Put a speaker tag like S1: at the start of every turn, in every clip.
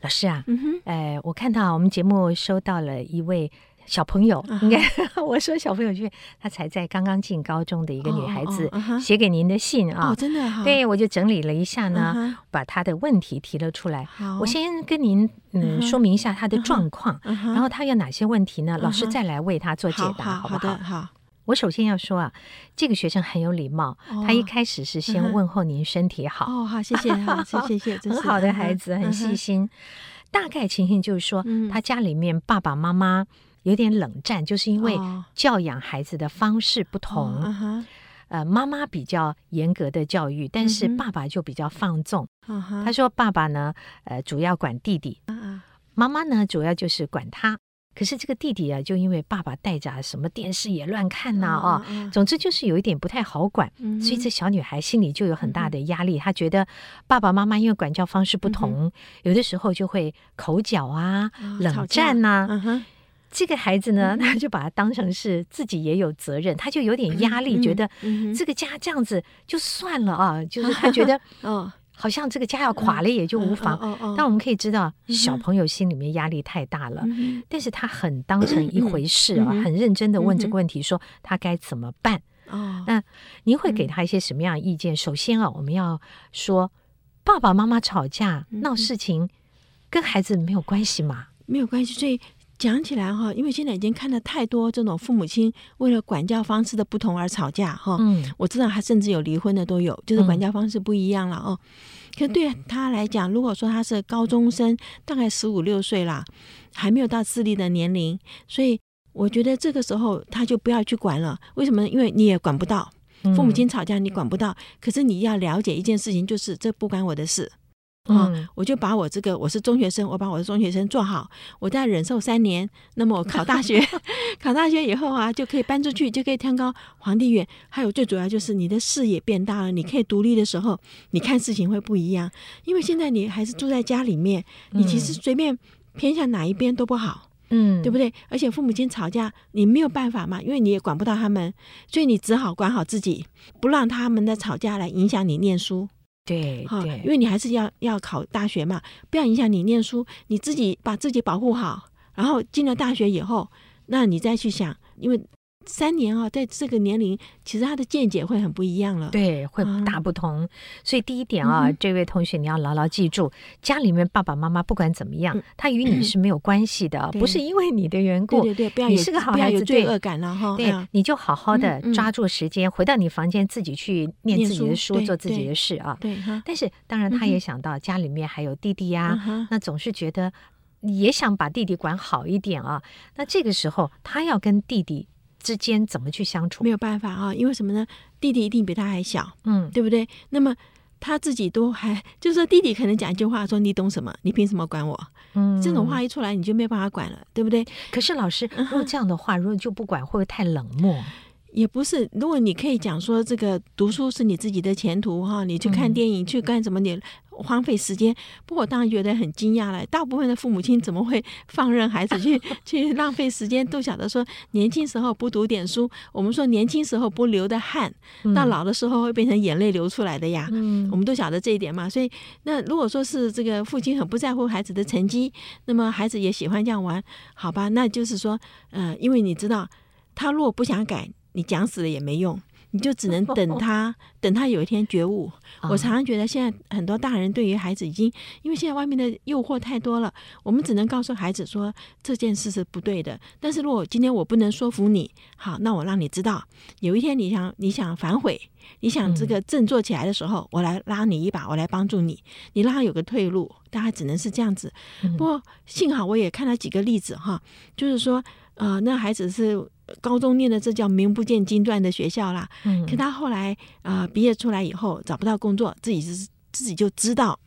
S1: 老师啊，
S2: 嗯哼，
S1: 呃，我看到我们节目收到了一位小朋友，
S2: 啊哈
S1: 应该 我说小朋友，就是她才在刚刚进高中的一
S2: 一
S1: 个女孩子，
S2: 哦
S1: 写给您的信
S2: 哦
S1: 啊，
S2: 真的哈，
S1: 对我就整理了一下呢，
S2: 嗯哼
S1: 把她的问题提了出来。
S2: 好，
S1: 我先跟您嗯
S2: 嗯哼
S1: 说明一下她的
S2: 嗯哼
S1: 状况，
S2: 嗯哼，
S1: 然后她有哪些问题呢？老师
S2: 嗯哼
S1: 再来为她做解答，
S2: 好
S1: 不
S2: 的，好，
S1: 我首先要说啊，这个学生很有礼貌，
S2: 哦
S1: 他一开始是
S2: 嗯
S1: 先
S2: 哼
S1: 问候您身体好，
S2: 哦，好，谢谢， 好，谢谢谢谢，真
S1: 很
S2: 是嗯
S1: 好的孩子，很细，心。大概情形就是说，
S2: 嗯
S1: 他家里面爸爸妈妈有点冷战，就是因为
S2: 哦
S1: 教养孩子的方式不同，
S2: 嗯哼，
S1: 呃，妈妈比较严格的教育，但是
S2: 嗯哼
S1: 爸爸就比较放纵。
S2: 嗯哼，
S1: 他说，爸爸呢，呃，主要管弟弟，
S2: 啊
S1: 妈妈呢，主要就是管他。可是这个弟弟啊，就因为爸爸带着啊什么电视也乱看呐、啊，
S2: 啊，
S1: 总之就是有一点不太好管，
S2: 嗯哼嗯
S1: 所以这小女孩心里就有很大的压力。她觉得爸爸妈妈因为管教方式不同，有的时候就会口角啊、
S2: 嗯啊吵架
S1: 冷战呐、
S2: 嗯哼，嗯
S1: 这个孩子呢，他就把他当成是自己也有责任，他就有点压力，
S2: 嗯
S1: 觉得
S2: 嗯哼
S1: 这个家这样子就算了 啊，就是他觉得
S2: 哦，
S1: 好像这个家要垮了也就无妨。
S2: 哦哦，
S1: 但我们可以知道，
S2: 嗯哼
S1: 小朋友心里面压力太大了。
S2: 嗯
S1: 但是他很当成一回事啊，
S2: 嗯哼
S1: 很认真的问
S2: 嗯
S1: 这个
S2: 哼
S1: 问题，说他该怎么办。
S2: 哼哦，
S1: 那您会
S2: 嗯
S1: 给他一些什么样的意见？首先啊，我们要说，爸爸妈妈吵架、
S2: 嗯
S1: 闹事情，跟孩子没有关系嘛？
S2: 没有关系，所以讲起来哈，因为现在已经看了太多这种父母亲为了管教方式的不同而吵架哈。
S1: 嗯
S2: 我知道他甚至有离婚的都有，就是
S1: 嗯
S2: 管教方式不一样了哦。可是对他来讲，如果说他是高中生，大概十五六岁啦，还没有到自立的年龄，所以我觉得这个时候他就不要去管了。为什么呢？因为你也管不到，
S1: 嗯
S2: 父母亲吵架你管不到。可是你要了解一件事情，就是这不关我的事。啊、
S1: 嗯
S2: 我就把我这个我是中学生，我把我的中学生做好，我再忍受三年，那么我考大学，考大学以后啊，就可以搬出去，就可以天高皇帝远。还有最主要就是你的视野变大了，你可以独立的时候，你看事情会不一样。因为现在你还是住在家里面，你其实随便偏向哪一边都不好。
S1: 嗯，
S2: 对不
S1: 对？
S2: 对？而且父母亲吵架，你没有办法嘛，因为你也管不到他们，所以你只好管好自己，不让他们的吵架来影响你念书。
S1: 对
S2: 哈，
S1: 对，
S2: 因为你还是要要考大学嘛，不要影响你念书，你自己把自己保护好，然后进了大学以后，那你再去想，因为三年啊、在这个年龄，其实他的见解会很不一样了。，
S1: 对，会
S2: 嗯
S1: 大不同。所以第一点
S2: 嗯
S1: 啊，
S2: 哼
S1: 这位同学你要牢牢记住，家里面爸爸妈妈不管怎么样，
S2: 嗯
S1: 他与你是没有关系的，
S2: 对
S1: 不是因为你的缘
S2: 对
S1: 故。
S2: 对对，不要
S1: 你
S2: 有
S1: 是个好
S2: 不要
S1: 孩
S2: 有
S1: 子
S2: 罪
S1: 对
S2: 恶感了哈。哎
S1: 对
S2: 呀，
S1: 你就好好的
S2: 嗯嗯
S1: 抓住时间，回到你房间自己去念
S2: 念
S1: 自己的
S2: 书
S1: 书，
S2: 对
S1: 做自己
S2: 对
S1: 的事啊。
S2: 对哈，
S1: 但是当然，他
S2: 嗯
S1: 也
S2: 哼
S1: 想到家里面还有弟弟呀、
S2: 嗯哼
S1: 那总是觉得也想把弟弟管好一点啊。那这个时候，他要跟弟弟之间怎么去相处
S2: 没？有办法啊，因为什么呢？弟弟一定比他还小，
S1: 嗯，
S2: 对不对？那么。他自己都还， 就是说弟弟可能讲一句话，说你懂什么？你凭什么管我？
S1: 嗯
S2: 这种话。嗯一出来，你就没有办法管了，对不对？
S1: 可是老师，如果这样的话，如果就不管，会不会太冷漠？
S2: 也不是，如果你可以讲说这个读书是你自己的前途哈，你去看
S1: 嗯
S2: 电影、去干什么，你荒废时间。不过我当然觉得很惊讶了，大部分的父母亲怎么会放任孩子 去去浪费时间？都晓得说年轻时候不读点书，我们说年轻时候不流的汗，到老的时候会变成眼泪流出来的呀。
S1: 嗯
S2: 我们都晓得这一点嘛，所以那如果说是这个父亲很不在乎孩子的成绩，那么孩子也喜欢这样玩，好吧？那就是说，呃，因为你知道，他如果不想改，你讲死了也没用。你就只能等他，等他有一天觉悟。
S1: 啊
S2: 我常常觉得现在很多大人对于孩子已经，因为现在外面的诱惑太多了，我们只能告诉孩子说这件事是不对的。但是如果今天我不能说服你，好，那我让你知道，有一天你想你想反悔，你想这个振作起来的时候，我来拉你一把，我来帮助你，你让他有个退路，大概只能是这样子。不过幸好我也看到几个例子哈，就是说，呃，那孩子是高中念的这叫名不见经传的学校啦，
S1: 嗯
S2: 可他后来呃毕业出来以后找不到工作，自己是自己就知道。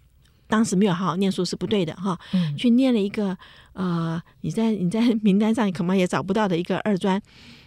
S2: 当时没有好好念书是不对的哈，
S1: 嗯
S2: 去念了一个呃，你在你在 名单上恐怕也找不到的一个二专，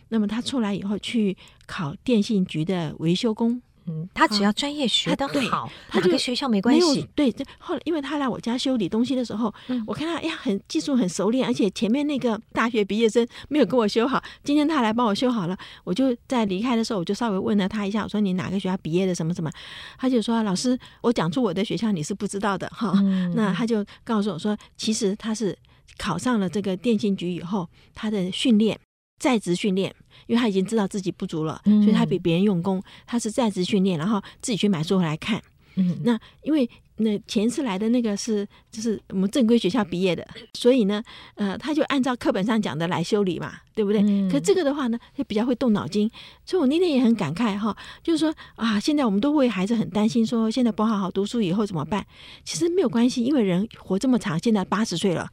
S2: 那么他出来以后去考电信局的维修工，
S1: 嗯，他只要专业学得
S2: 啊他对
S1: 好，
S2: 他
S1: 哪
S2: 就
S1: 个学校没关
S2: 没有
S1: 系。
S2: 对，这后来因为他来我家修理东西的时候，
S1: 嗯
S2: 我看他哎呀很技术很熟练，而且前面那个大学毕业生没有给我修好，今天他来帮我修好了，我就在离开的时候我就稍微问了他一下，我说你哪个学校毕业的什么什么，他就说老师我讲出我的学校你是不知道的哈，
S1: 嗯
S2: 那他就告诉我说，其实他是考上了这个电信局以后，他的训练在职训练，因为他已经知道自己不足了，
S1: 嗯
S2: 所以他比别人用功，他是在职训练，然后自己去买书回来看。
S1: 嗯
S2: 那因为那前次来的那个是就是我们正规学校毕业的，所以呢，呃，他就按照课本上讲的来修理嘛，对不对？
S1: 嗯
S2: 可这个的话呢，就比较会动脑筋，所以我那天也很感慨哈，就是说啊，现在我们都为孩子很担心，说现在不好好读书以后怎么办？其实没有关系，因为人活这么长，现在八十岁了，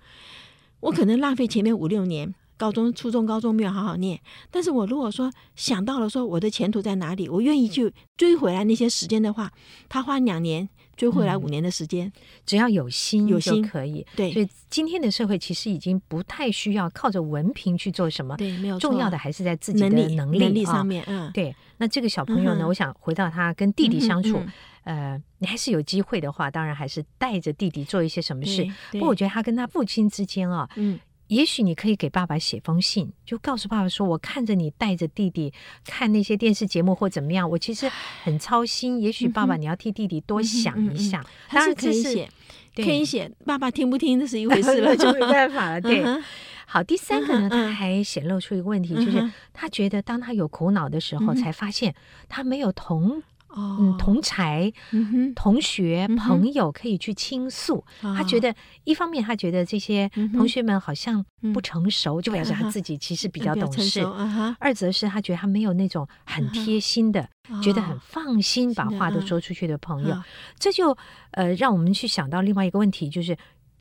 S2: 我可能浪费前面五六年。高中、初中、高中没有好好念，但是我如果说想到了说我的前途在哪里，我愿意去追回来那些时间的话，他花两年追回来五年的时间，
S1: 只要有心
S2: 有
S1: 就
S2: 心
S1: 可以。
S2: 对
S1: 所以今天的社会其实已经不太需要靠着文凭去做什么，
S2: 对，没有错
S1: 重要的还是在自己的
S2: 力
S1: 能
S2: 能
S1: 力啊
S2: 上面，嗯，
S1: 对，那这个小朋友
S2: 嗯
S1: 呢，
S2: 哼
S1: 我想回到他跟弟弟相处，
S2: 嗯嗯
S1: 呃，你还是有机会的话，当然还是带着弟弟做一些什么事
S2: 对。
S1: 不
S2: 对
S1: 过我觉得他跟他父亲之间啊，
S2: 嗯，
S1: 也许你可以给爸爸写封信，就告诉爸爸说：“我看着你带着弟弟看那些电视节目或怎么样，我其实很操心。也许爸爸
S2: 嗯哼
S1: 你要替弟弟多
S2: 嗯哼
S1: 想一
S2: 嗯嗯
S1: 想。
S2: 他
S1: 当
S2: 是
S1: 然
S2: 可
S1: 这
S2: 以
S1: 是
S2: 写，
S1: 对
S2: 可以写，爸爸听不听那是一回事了，
S1: 就没办法了。对，
S2: 嗯哼
S1: 好，第三个呢，
S2: 嗯哼
S1: 他
S2: 嗯
S1: 还显露出一个问题，就
S2: 嗯
S1: 是
S2: 哼
S1: 他觉得当他有苦恼的时候，
S2: 嗯哼
S1: 才发现他没有同
S2: 哦，
S1: 嗯同才、
S2: 嗯
S1: 同学、
S2: 嗯哼
S1: 朋友可以去倾诉。
S2: 哼，
S1: 他觉得一方面，他觉得这些
S2: 嗯哼
S1: 同学们好像不
S2: 嗯
S1: 成熟，就表示 他自己其实比较懂
S2: 成
S1: 事。
S2: 熟啊哈，
S1: 二则是他觉得他没有那种很
S2: 嗯哼
S1: 贴心的，觉得
S2: 哦
S1: 很放心把
S2: 是的
S1: 话都
S2: 嗯
S1: 说出去的朋友，
S2: 啊
S1: 这就呃让我们去想到另外一个问题，就是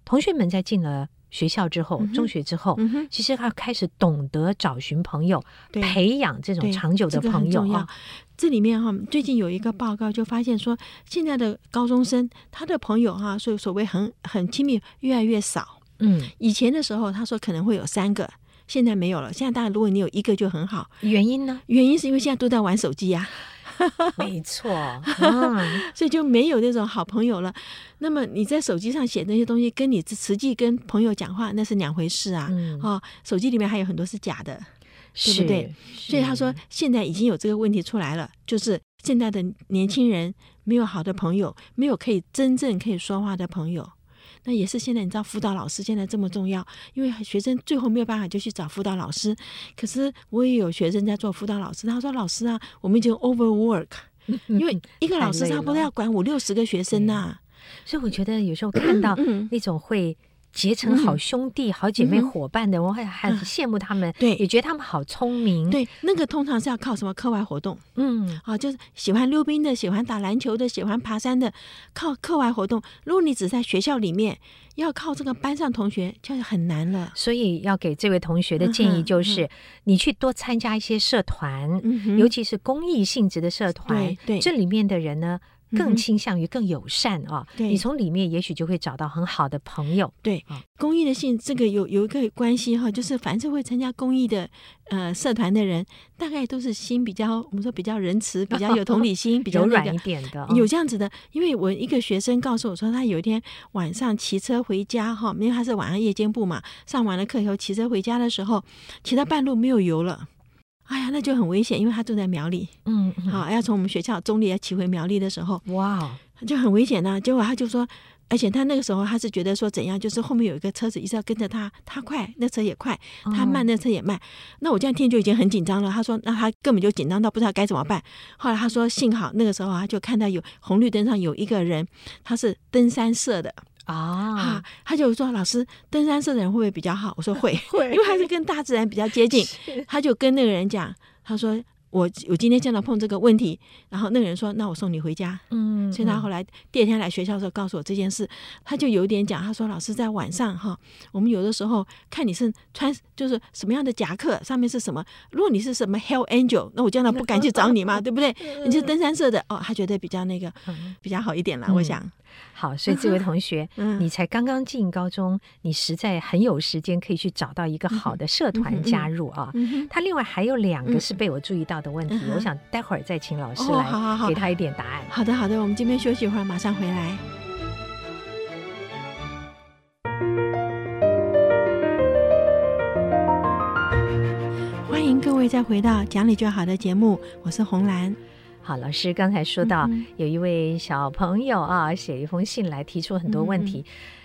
S1: 同学们在进了学校之后，
S2: 嗯哼
S1: 中学之后，
S2: 嗯哼，
S1: 其实他开始懂得找寻朋友，
S2: 对
S1: 培养这种
S2: 对
S1: 长久的
S2: 这个很
S1: 朋友
S2: 重要
S1: 啊。
S2: 这里面哈，最近有一个报告就发现说，现在的高中生他的朋友哈，所所谓很很亲密越来越少。
S1: 嗯，
S2: 以前的时候，他说可能会有三个，现在没有了。现在当然，如果你有一个就很好，
S1: 原因呢？
S2: 原因是因为现在都在玩手机呀、
S1: 没错，嗯，
S2: 所以就没有那种好朋友了。那么你在手机上写那些东西，跟你实际跟朋友讲话那是两回事啊。
S1: 嗯
S2: 哦，手机里面还有很多是假的，
S1: 是
S2: 对不对？所以他
S1: 嗯
S2: 说现在已经有这个问题出来了，就是现在的年轻人没有好的朋友，没有可以真正可以说话的朋友。那也是现在你知道辅导老师现在这么重要，因为学生最后没有办法就去找辅导老师。可是我也有学生在做辅导老师，他说：“老师啊，我们已经 overwork，因为一个老师
S1: 太累
S2: 差不多
S1: 了
S2: 要管五六十个学生呐、
S1: 所以我觉得有时候看到
S2: 嗯
S1: 那种会结成好兄弟、好姐妹、
S2: 嗯哼
S1: 伙伴的，我会很羡慕他们，
S2: 嗯对
S1: 也觉得他们好聪明，，
S2: 对，那个通常是要靠什么课外活动
S1: 嗯，
S2: 啊，就是喜欢溜冰的、喜欢打篮球的、喜欢爬山的，靠课外活动。如果你只在学校里面，要靠这个班上同学，就是很难了。
S1: 所以要给这位同学的建议就是，你去多参加一些社团，
S2: 嗯哼
S1: 尤其是公益性质的社团，
S2: 对对
S1: 这里面的人呢。
S2: 嗯哼
S1: 更倾向于更友善啊，
S2: 对
S1: 你从里面也许就会找到很好的朋友。
S2: 对
S1: 啊，
S2: 公益的性这个有有一个关系哈，就是凡是会参加公益的呃社团的人，大概都是心比较我们说比较仁慈、比较有同理心、比较
S1: 柔
S2: 那
S1: 软
S2: 个
S1: 一点的，
S2: 有这样子的，因为我一个学生告诉我说，他有一天晚上骑车回家哈，因为他是晚上夜间部嘛，上完了课以后骑车回家的时候，骑到半路没有油了。哎呀，那就很危险，因为他住在苗栗，
S1: 嗯，嗯
S2: 好、要从我们学校中立来骑回苗栗的时候，
S1: 哇哦，
S2: 就很危险呐、啊结果他就说，而且他那个时候他是觉得说怎样，就是后面有一个车子一直要跟着他，他快，那车也快，他慢，那车也慢。那我这样听就已经很紧张了。他说，那他根本就紧张到不知道该怎么办。后来他说，幸好那个时候啊，就看到有红绿灯上有一个人，他是登山社的啊
S1: 啊，，
S2: 他就说老师，登山社的人会不会比较好？我说会，
S1: 会
S2: 因为他是跟大自然比较接近。他就跟那个人讲，他说。我我今天正好碰这个问题，然后那个人说：“那我送你回家。”
S1: 嗯，
S2: 所以他
S1: 嗯
S2: 后来第二天来学校的时候告诉我这件事，他就有一点讲，他说老师在晚上哈，我们有的时候看你是穿就是什么样的夹克，上面是什么，如果你是什么 Hell Angel，那我将来不敢去找你 嘛，对不对？你是登山社的哦，他觉得比较那个
S1: 嗯
S2: 比较好一点啦，
S1: 嗯
S2: 我想，
S1: 好，所以这位同学，
S2: 嗯
S1: 你才刚刚进高中，你实在很有时间可以去找到一个好的社团加入啊。
S2: 嗯哼，
S1: 他另外还有两
S2: 嗯
S1: 个是被我注意到的问题
S2: 嗯，哼
S1: 我想待会儿再请老师
S2: 哦好好
S1: 来
S2: 好
S1: 给他一点答案。
S2: 好的好的，我们这边休息一会儿，马上回来。欢迎各位再回到《讲理就好》的节目，我是红兰。
S1: 好，老师刚才说到
S2: 嗯
S1: 有一位小朋友啊，写了一封信来提出很多问题。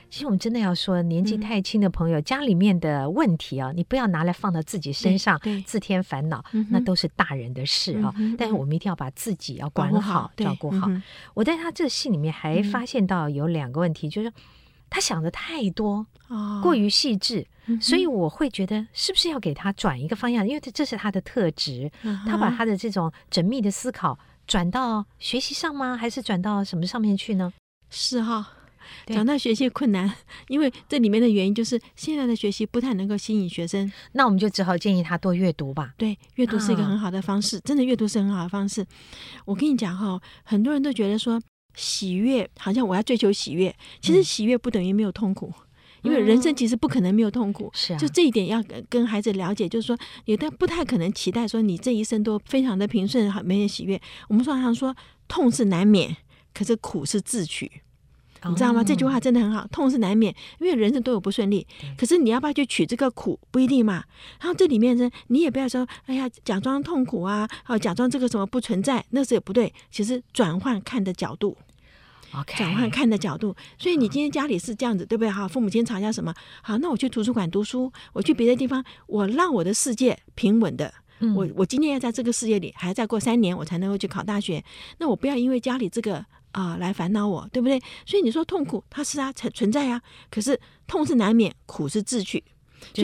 S1: 其实我们真的要说，年纪
S2: 嗯
S1: 太轻的朋友，家里面的问题啊，你不要拿来放到自己身上
S2: 对对，
S1: 自添烦恼
S2: 嗯哼，
S1: 那都是大人的事啊
S2: 嗯哼。
S1: 但是我们一定要把自己要管好，
S2: 对
S1: 照顾好。
S2: 嗯哼嗯
S1: 我在他这信里面还发现到有两个问题，就是他想的太多，
S2: 哦，
S1: 过于细致，
S2: 嗯哼，
S1: 所以我会觉得是不是要给他转一个方向，因为这这是他的特质，
S2: 嗯哼
S1: 他把他的这种缜密的思考转到学习上吗？还是转到什么上面去呢？
S2: 是哈。
S1: 对
S2: 讲到学习困难，因为这里面的原因就是现在的学习不太能够吸引学生。
S1: 那我们就只好建议他多阅读吧。
S2: 对，阅读是一个
S1: 啊
S2: 很好的方式，真的阅读是很好的方式。我跟你讲哈、很多人都觉得说喜悦，好像我要追求喜悦，其
S1: 嗯
S2: 实喜悦不等于没有痛苦，因为人生其实不可能没有痛苦。
S1: 是啊，
S2: 就这一点要跟跟孩子了解，就是说，有的不太可能期待说你这一生都非常的平顺，没有喜悦。我们常常说痛是难免，可是苦是自取，你知道吗？
S1: 哦
S2: 这句话真的很好，痛是难免，因为人生都有不顺利，可是你要不要去取这个苦不一定嘛。然后这里面呢，你也不要说，哎呀，假装痛苦啊，哦，假装这个什么不存在，那是也不对。其实转换看的角度，
S1: 嗯，OK，嗯
S2: 转换看的角度。所以你今天家里是这样子，对不对？哈，父母亲吵架什么？好，那我去图书馆读书，我去别的地方，我让我的世界平稳的。
S1: 嗯
S2: 我我今天要在这个世界里，还要再过三年，我才能够去考大学。那我不要因为家里这个啊、来烦恼我，对不对？所以你说痛苦，它是啊存存在啊，可是痛是难免，苦是自取。
S1: 就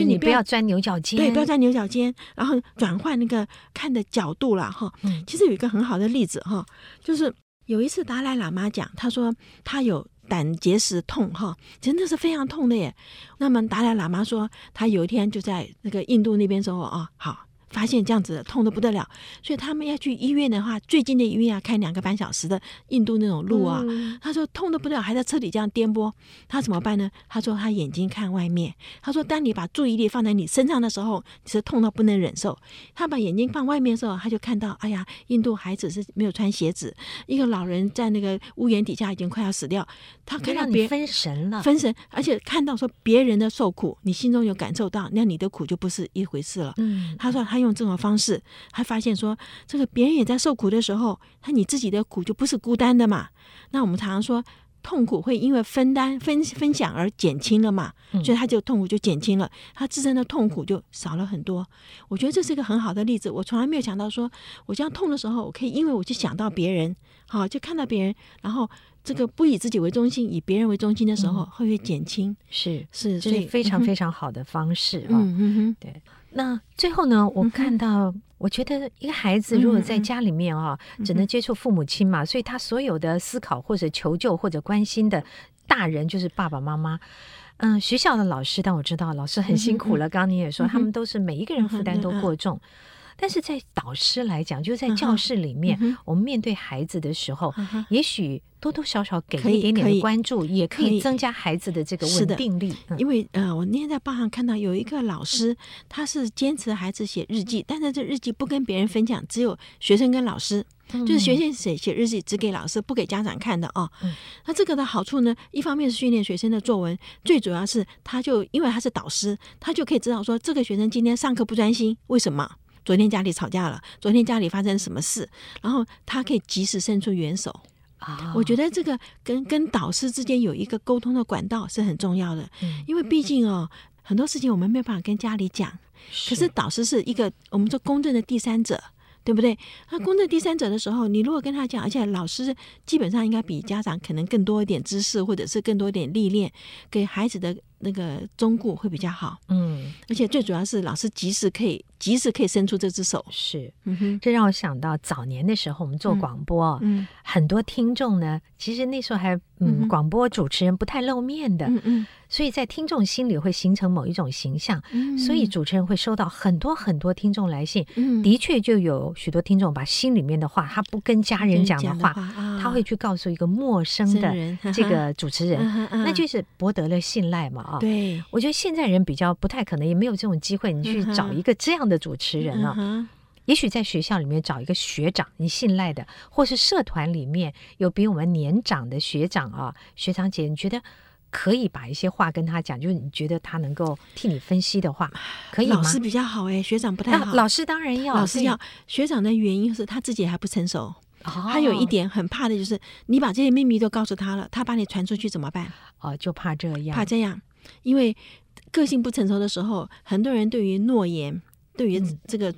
S2: 所
S1: 是
S2: 以
S1: 你
S2: 你
S1: 不
S2: 不
S1: 要
S2: 要
S1: 钻牛角尖，
S2: 对，不要钻牛角尖，然后转换那个看的角度了哈。
S1: 嗯
S2: 其实有一个很好的例子哈，就是有一次达赖喇嘛讲，他说他有胆结石痛哈，真的是非常痛的耶。那么达赖喇嘛说，他有一天就在那个印度那边时候啊，好。发现这样子痛的不得了，所以他们要去医院的话，最近的医院要开两个半小时的印度那种路啊，
S1: 嗯
S2: 他说痛的不得了，还在车里这样颠簸，他怎么办呢？他说他眼睛看外面。他说，当你把注意力放在你身上的时候，你是痛到不能忍受。他把眼睛放外面的时候，他就看到，哎呀，印度孩子是没有穿鞋子，一个老人在那个屋檐底下已经快要死掉。他
S1: 就
S2: 看到
S1: 让
S2: 别
S1: 你啊分神了。
S2: 分神，而且看到说别人的受苦，你心中有感受到，那你的苦就不是一回事了。
S1: 嗯，
S2: 他说他用这种方式，他发现说，这个别人也在受苦的时候，他你自己的苦就不是孤单的嘛。那我们常常说，痛苦会因为分担、分分享而减轻了嘛，
S1: 嗯
S2: 所以他就痛苦就减轻了，他自身的痛苦就少了很多。我觉得这是一个很好的例子，我从来没有想到说，我这样痛的时候，我可以因为我去想到别人，好、就看到别人，然后这个不以自己为中心，以别人为中心的时候，会不会减轻？
S1: 是，
S2: 是，
S1: 这
S2: 所以嗯
S1: 是非常非
S2: 常，
S1: 常好的方式啊。
S2: 嗯嗯哼，
S1: 那最后呢，我
S2: 嗯哼
S1: 看到，我觉得一个孩子如果在
S2: 嗯嗯
S1: 家里面啊，只能接触父母亲嘛，所以他所有的思考或者求救或者关心的大人就是爸爸妈妈。嗯，学校的老师，但我知道老师很辛苦了。刚刚你也说，
S2: 嗯哼
S1: 他们都是每一个人负担都
S2: 嗯哼
S1: 过重，但是在导师来讲，就是在
S2: 嗯哼
S1: 教室里面，
S2: 嗯哼
S1: 我们面对孩子的时候，
S2: 嗯哼
S1: 也许多多少少给
S2: 可
S1: 一
S2: 以
S1: 点点
S2: 可
S1: 的
S2: 以
S1: 关注，也可
S2: 可
S1: 以
S2: 以
S1: 增加孩子的这个
S2: 是
S1: 稳
S2: 的
S1: 定力。嗯
S2: 因为呃，我那天在报上看到有一个老师，他是坚持孩子写日记，但是这日记不跟别人分享，只有学生跟老师，就是学生写写日记只给老师，不给家长看的啊、
S1: 嗯
S2: 那这个的好处呢，一方面是训练学生的作文，最主要是他就因为他是导师，他就可以知道说这个学生今天上课不专心，为什么？昨天家里吵架了，昨天家里发生什么事，然后他可以及时伸出援手。
S1: 啊
S2: 我觉得这个跟跟导师之间有一个沟通的管道是很重要的，
S1: 嗯
S2: 因为毕竟哦，很多事情我们没有办法跟家里讲，可是导师是一个我们说公正的第三者，对不对？那公正第三者的时候，你如果跟他讲，而且老师基本上应该比家长可能更多一点知识，或者是更多一点历练，给孩子的那个忠固会比较好。
S1: 嗯
S2: 而且最主要是老师及时可以及时可以伸出这只手。
S1: 是，
S2: 嗯哼，
S1: 这让我想到早年的时候我们做
S2: 嗯
S1: 广播哦，
S2: 嗯
S1: 很多听众呢，其实那时候还
S2: 嗯
S1: 嗯
S2: 哼
S1: 广播主持人不太露面的，
S2: 嗯嗯
S1: 所以在听众心里会形成某一种形象，
S2: 嗯
S1: 所以主持人会收到很多很多听众来信，
S2: 嗯
S1: 的确就有许多听众把心里面的话，他不跟家人讲的话，
S2: 啊
S1: 他会去告诉一个陌生
S2: 生
S1: 的
S2: 人哈哈
S1: 这个主持
S2: 嗯
S1: 人，
S2: 哼嗯
S1: 那就是博得了信赖嘛啊。
S2: 对
S1: 我觉得现在人比较不太可能，也没有这种机会，你去
S2: 嗯哼
S1: 找一个这样的主持人啊。
S2: 嗯哼
S1: 也许在学校里面找一个学长你信赖的，或是社团里面有比我们年长的学长啊、学长姐，你觉得可以把一些话跟他讲，就是你觉得他能够替你分析的话，可以
S2: 啊
S1: 吗
S2: 老？师比较好哎，学长不太
S1: 那
S2: 好。
S1: 老师当然要，
S2: 老师
S1: 对
S2: 要，学长的原因是他自己还不成熟，
S1: 哦
S2: 他有一点很怕的就是你把这些秘密都告诉他了，他把你传出去怎么办？
S1: 哦，就怕这样，
S2: 怕这样，因为个性不成熟的时候，很多人对于诺言，对于
S1: 嗯
S2: 这个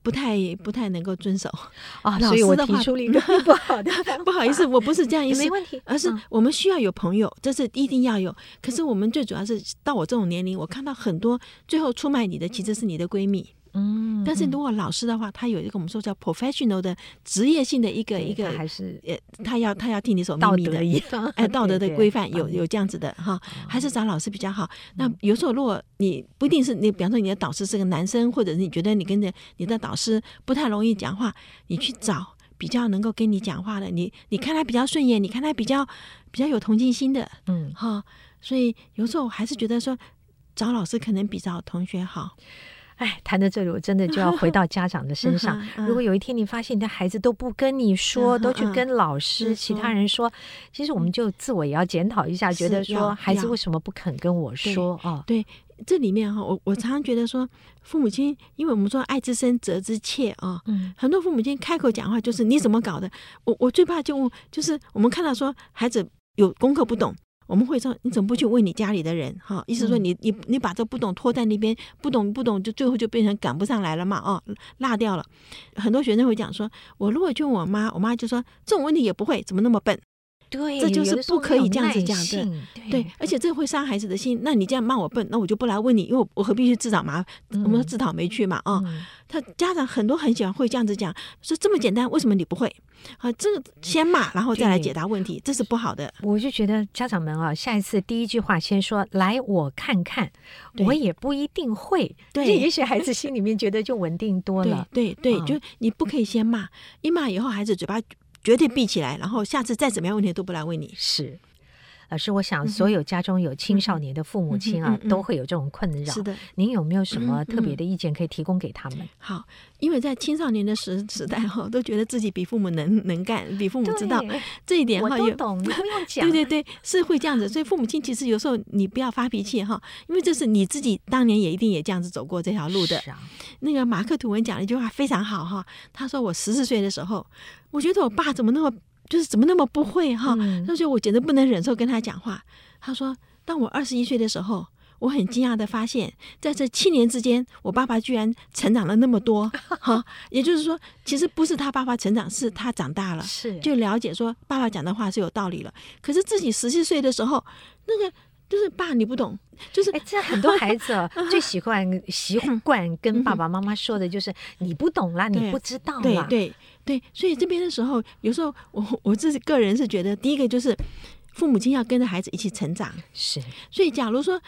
S2: 不太不太能够遵 守。
S1: 啊，
S2: 哦老
S1: 所以
S2: 师
S1: 我
S2: 的
S1: 提
S2: 话
S1: 出了一个不好的，
S2: 不好意思，，我不是这样意
S1: 也
S2: 思
S1: 没。问题，
S2: 而是
S1: 嗯
S2: 我们需要有朋友，这是一定要有。可是我们最主要是到我这种年龄，我看到很多最后出卖你的其实是你的闺蜜。
S1: 嗯，
S2: 但是
S1: 嗯
S2: 如果老师的话，他有一个我们说叫 professional 的职业性的一个
S1: 对
S2: 一个
S1: 他，还是
S2: 呃，他要他要替你守秘
S1: 道
S2: 密
S1: 德
S2: 的。
S1: 一样，
S2: 哎，道德的
S1: 对哦
S2: 规范
S1: 对
S2: 有有这样子的哈，还是找老师比较好。那
S1: 嗯
S2: 有时候如果你不一定是你，比方说你的导师是个男生，或者是你觉得你跟着你的导师不太容易讲话，你去找比较能够跟你讲话的，你你看他比较顺眼，你看他比较比较有同情心的
S1: 嗯，
S2: 哈、所以有时候我还是觉得说，找老师可能比找同学好。
S1: 哎，谈到这里，我真的就要回到家长的身 上
S2: 嗯哼。嗯
S1: 如果有一天你发现你的孩子都不跟你说，
S2: 嗯哼
S1: 都去跟老师、
S2: 嗯
S1: 其他人说，其实我们就自我也要检讨一下，
S2: 是
S1: 觉得说
S2: 要
S1: 孩子
S2: 要
S1: 为什么不肯跟我说啊？
S2: 对，这里面哈，我我常常觉得说，父母亲，因为我们说爱之深，责之切啊。
S1: 嗯，
S2: 很多父母亲开口讲话就是你怎么搞的？我我最怕就问，就是我们看到说孩子有功课不懂，我们会说你怎么不去问你家里的人？哈，意思说
S1: 嗯
S2: 你你你把这不懂拖在那边，不懂不懂，就最后就变成赶不上来了嘛，哦，落掉了。很多学生会讲说，我如果去问我妈，我妈就说这种问题也不会，怎么那么笨？
S1: 对，
S2: 这就是
S1: 有的时候
S2: 不可以
S1: 没有
S2: 这样子
S1: 耐
S2: 讲的
S1: 性
S2: 对，而且这会伤孩子的心。那你这样骂我笨，那我就不来问你，因为我我何必去自找麻烦？
S1: 嗯
S2: 我们说自讨没趣嘛啊、
S1: 嗯
S2: 他家长很多很喜欢会这样子讲，说这么简单，为什么你不会？啊，这个先骂，然后再来
S1: 对
S2: 解答问题，这是不好的。
S1: 我就觉得家长们啊，下一次第一句话先说“来，我看看”，
S2: 对
S1: 我也不一定会。
S2: 对
S1: 这 也许孩子心里面觉得就稳定多
S2: 对
S1: 了。
S2: 对对，
S1: 嗯
S2: 就你不可以先骂，一骂以后孩子嘴巴绝对闭起来，然后下次再怎么样问题都不来问你。
S1: 是，老师，我想
S2: 嗯哼
S1: 所有家中有青少年的父母亲
S2: 嗯
S1: 啊，
S2: 哼嗯嗯
S1: 都会有这种困扰。
S2: 是，的，
S1: 您有没有什么
S2: 嗯
S1: 特别的意见可以提供给他们？
S2: 好，因为在青少年的时时代哈、都觉得自己比父母能能干，比父母嗯知道
S1: 对
S2: 这一点
S1: 我
S2: 哈、
S1: 都
S2: 有
S1: 懂，你不用讲。
S2: 对 对对，是会这样子，所以父母亲其实有时候你不要发脾气哈，因为这是你自己当年也一定也这样子走过这条路的
S1: 是。啊，
S2: 那个马克吐温讲了一句话非常好哈，他说我十四岁的时候，我觉得我爸怎么那么就是怎么那么不会哈，
S1: 嗯
S2: 他说我简直不能忍受跟他讲话。他说，当我二十一岁的时候。我很惊讶的发现，在这七年之间，我爸爸居然成长了那么多，哈， 也就是说，其实不是他爸爸成长，是他长大了。
S1: 是
S2: 就了解说爸爸讲的话是有道理了。可是自己十七岁的时候，那个就是爸你不懂，就是
S1: 哎，这很多孩 子哦最习惯习
S2: 嗯
S1: 惯跟爸爸妈妈说的就是你不懂啦，你
S2: 对
S1: 不知道
S2: 对
S1: 啦。
S2: 对对，所以这边的时候，有时候我我自己个人是觉得，第一个就是父母亲要跟着孩子一起成长。
S1: 是
S2: 所以假如说。嗯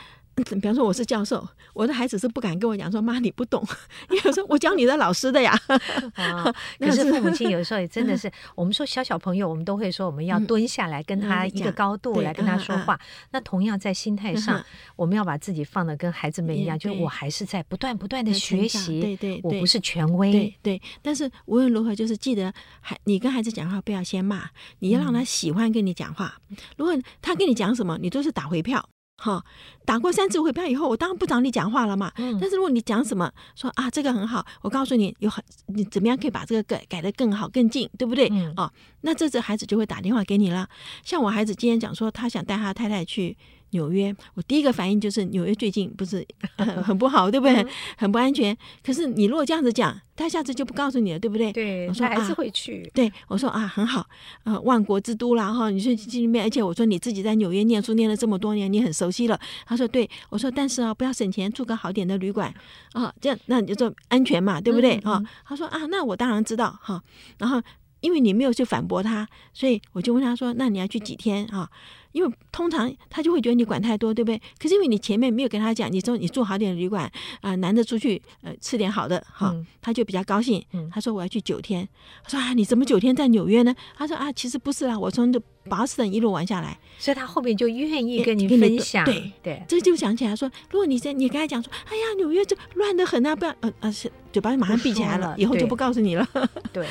S2: 比方说我是教授，我的孩子是不敢跟我讲说妈你不懂，因为我说我教你的老师的呀。
S1: 啊，
S2: 那
S1: 可是
S2: 是
S1: 父母亲有时候也真的是，我们说小小朋友，我们都会说我们要
S2: 嗯
S1: 蹲下来跟他
S2: 嗯
S1: 一个
S2: 讲
S1: 高度
S2: 对
S1: 来跟他
S2: 嗯
S1: 说
S2: 嗯
S1: 话。那同样在心态上
S2: 嗯，
S1: 我们要把自己放的跟孩子们一样，
S2: 也
S1: 就是
S2: 对
S1: 我还是在不断不断的
S2: 在成
S1: 学
S2: 长
S1: 习，
S2: 对对
S1: 我
S2: 对
S1: 不是权威
S2: 对，对，但是无论如何，就是记得孩你跟孩子讲话不
S1: 嗯
S2: 要先骂，你要让他喜欢跟你讲话。如果他跟你讲什么，你都是打回票。哈，打过三次回标以后，我当然不找你讲话了嘛。
S1: 嗯
S2: 但是如果你讲什么说啊，这个很好，我告诉你有很你怎么样可以把这个改改得更好更近，对不对？
S1: 嗯
S2: 哦，那这次孩子就会打电话给你了。像我孩子今天讲说，他想带他太太去。纽约，我第一个反应就是纽约最近不是、呃很不好，对不
S1: 嗯
S2: 对？很不安全。可是你如果这样子讲，他下次就不告诉你了，对不对？
S1: 对，
S2: 我说
S1: 他还是
S2: 啊
S1: 会去。
S2: 对，我说啊，很好，呃，万国之都啦哈，你去去那边，而且我说你自己在纽约念书念了这么多年，你很熟悉了。他说对，我说但是啊，不要省钱，住个好点的旅馆啊，这样那你就说安全嘛，对不对
S1: 嗯
S2: 啊？他说啊，那我当然知道哈、然后因为你没有去反驳他，所以我就问他说，那你要去几天啊？因为通常他就会觉得你管太多，对不对？可是因为你前面没有跟他讲，你说你住好点的旅馆啊、难得出去呃吃点好的哈，
S1: 嗯
S2: 他就比较高兴
S1: 嗯。
S2: 他说我要去九天，我说啊你怎么九天在纽约呢？他说啊其实不是啦，我从波士顿一路玩下来，
S1: 所以他后面就愿意跟你
S2: 跟你
S1: 分
S2: 对
S1: 享，
S2: 对
S1: 对，
S2: 这就想起来说，如果你在你跟他讲说，哎呀纽约这乱得很啊，不要呃呃是嘴巴马上闭起来
S1: 不说
S2: 了
S1: 了，
S2: 以后就
S1: 对
S2: 不告诉你了。
S1: 对，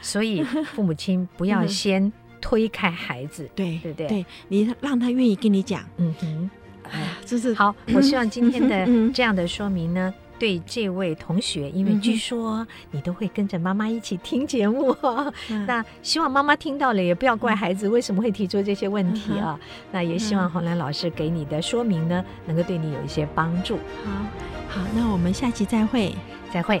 S1: 所以父母亲不要
S2: 嗯
S1: 先推开孩子，
S2: 对
S1: 对不对
S2: 对你让他愿意跟你讲，
S1: 嗯哼。
S2: 哎，这是
S1: 好，我希望今天
S2: 嗯
S1: 的
S2: 嗯
S1: 这样的说明呢，对这位同学，因为
S2: 嗯哼
S1: 据说你都会跟着妈妈一起听节目、哦，
S2: 嗯
S1: 那希望妈妈听到了也不要怪孩子为什么会提出这些问题啊。那也希望
S2: 嗯
S1: 洪兰老师给你的说明呢，能够对你有一些帮助。
S2: 好好，那我们下期再会。
S1: 再会。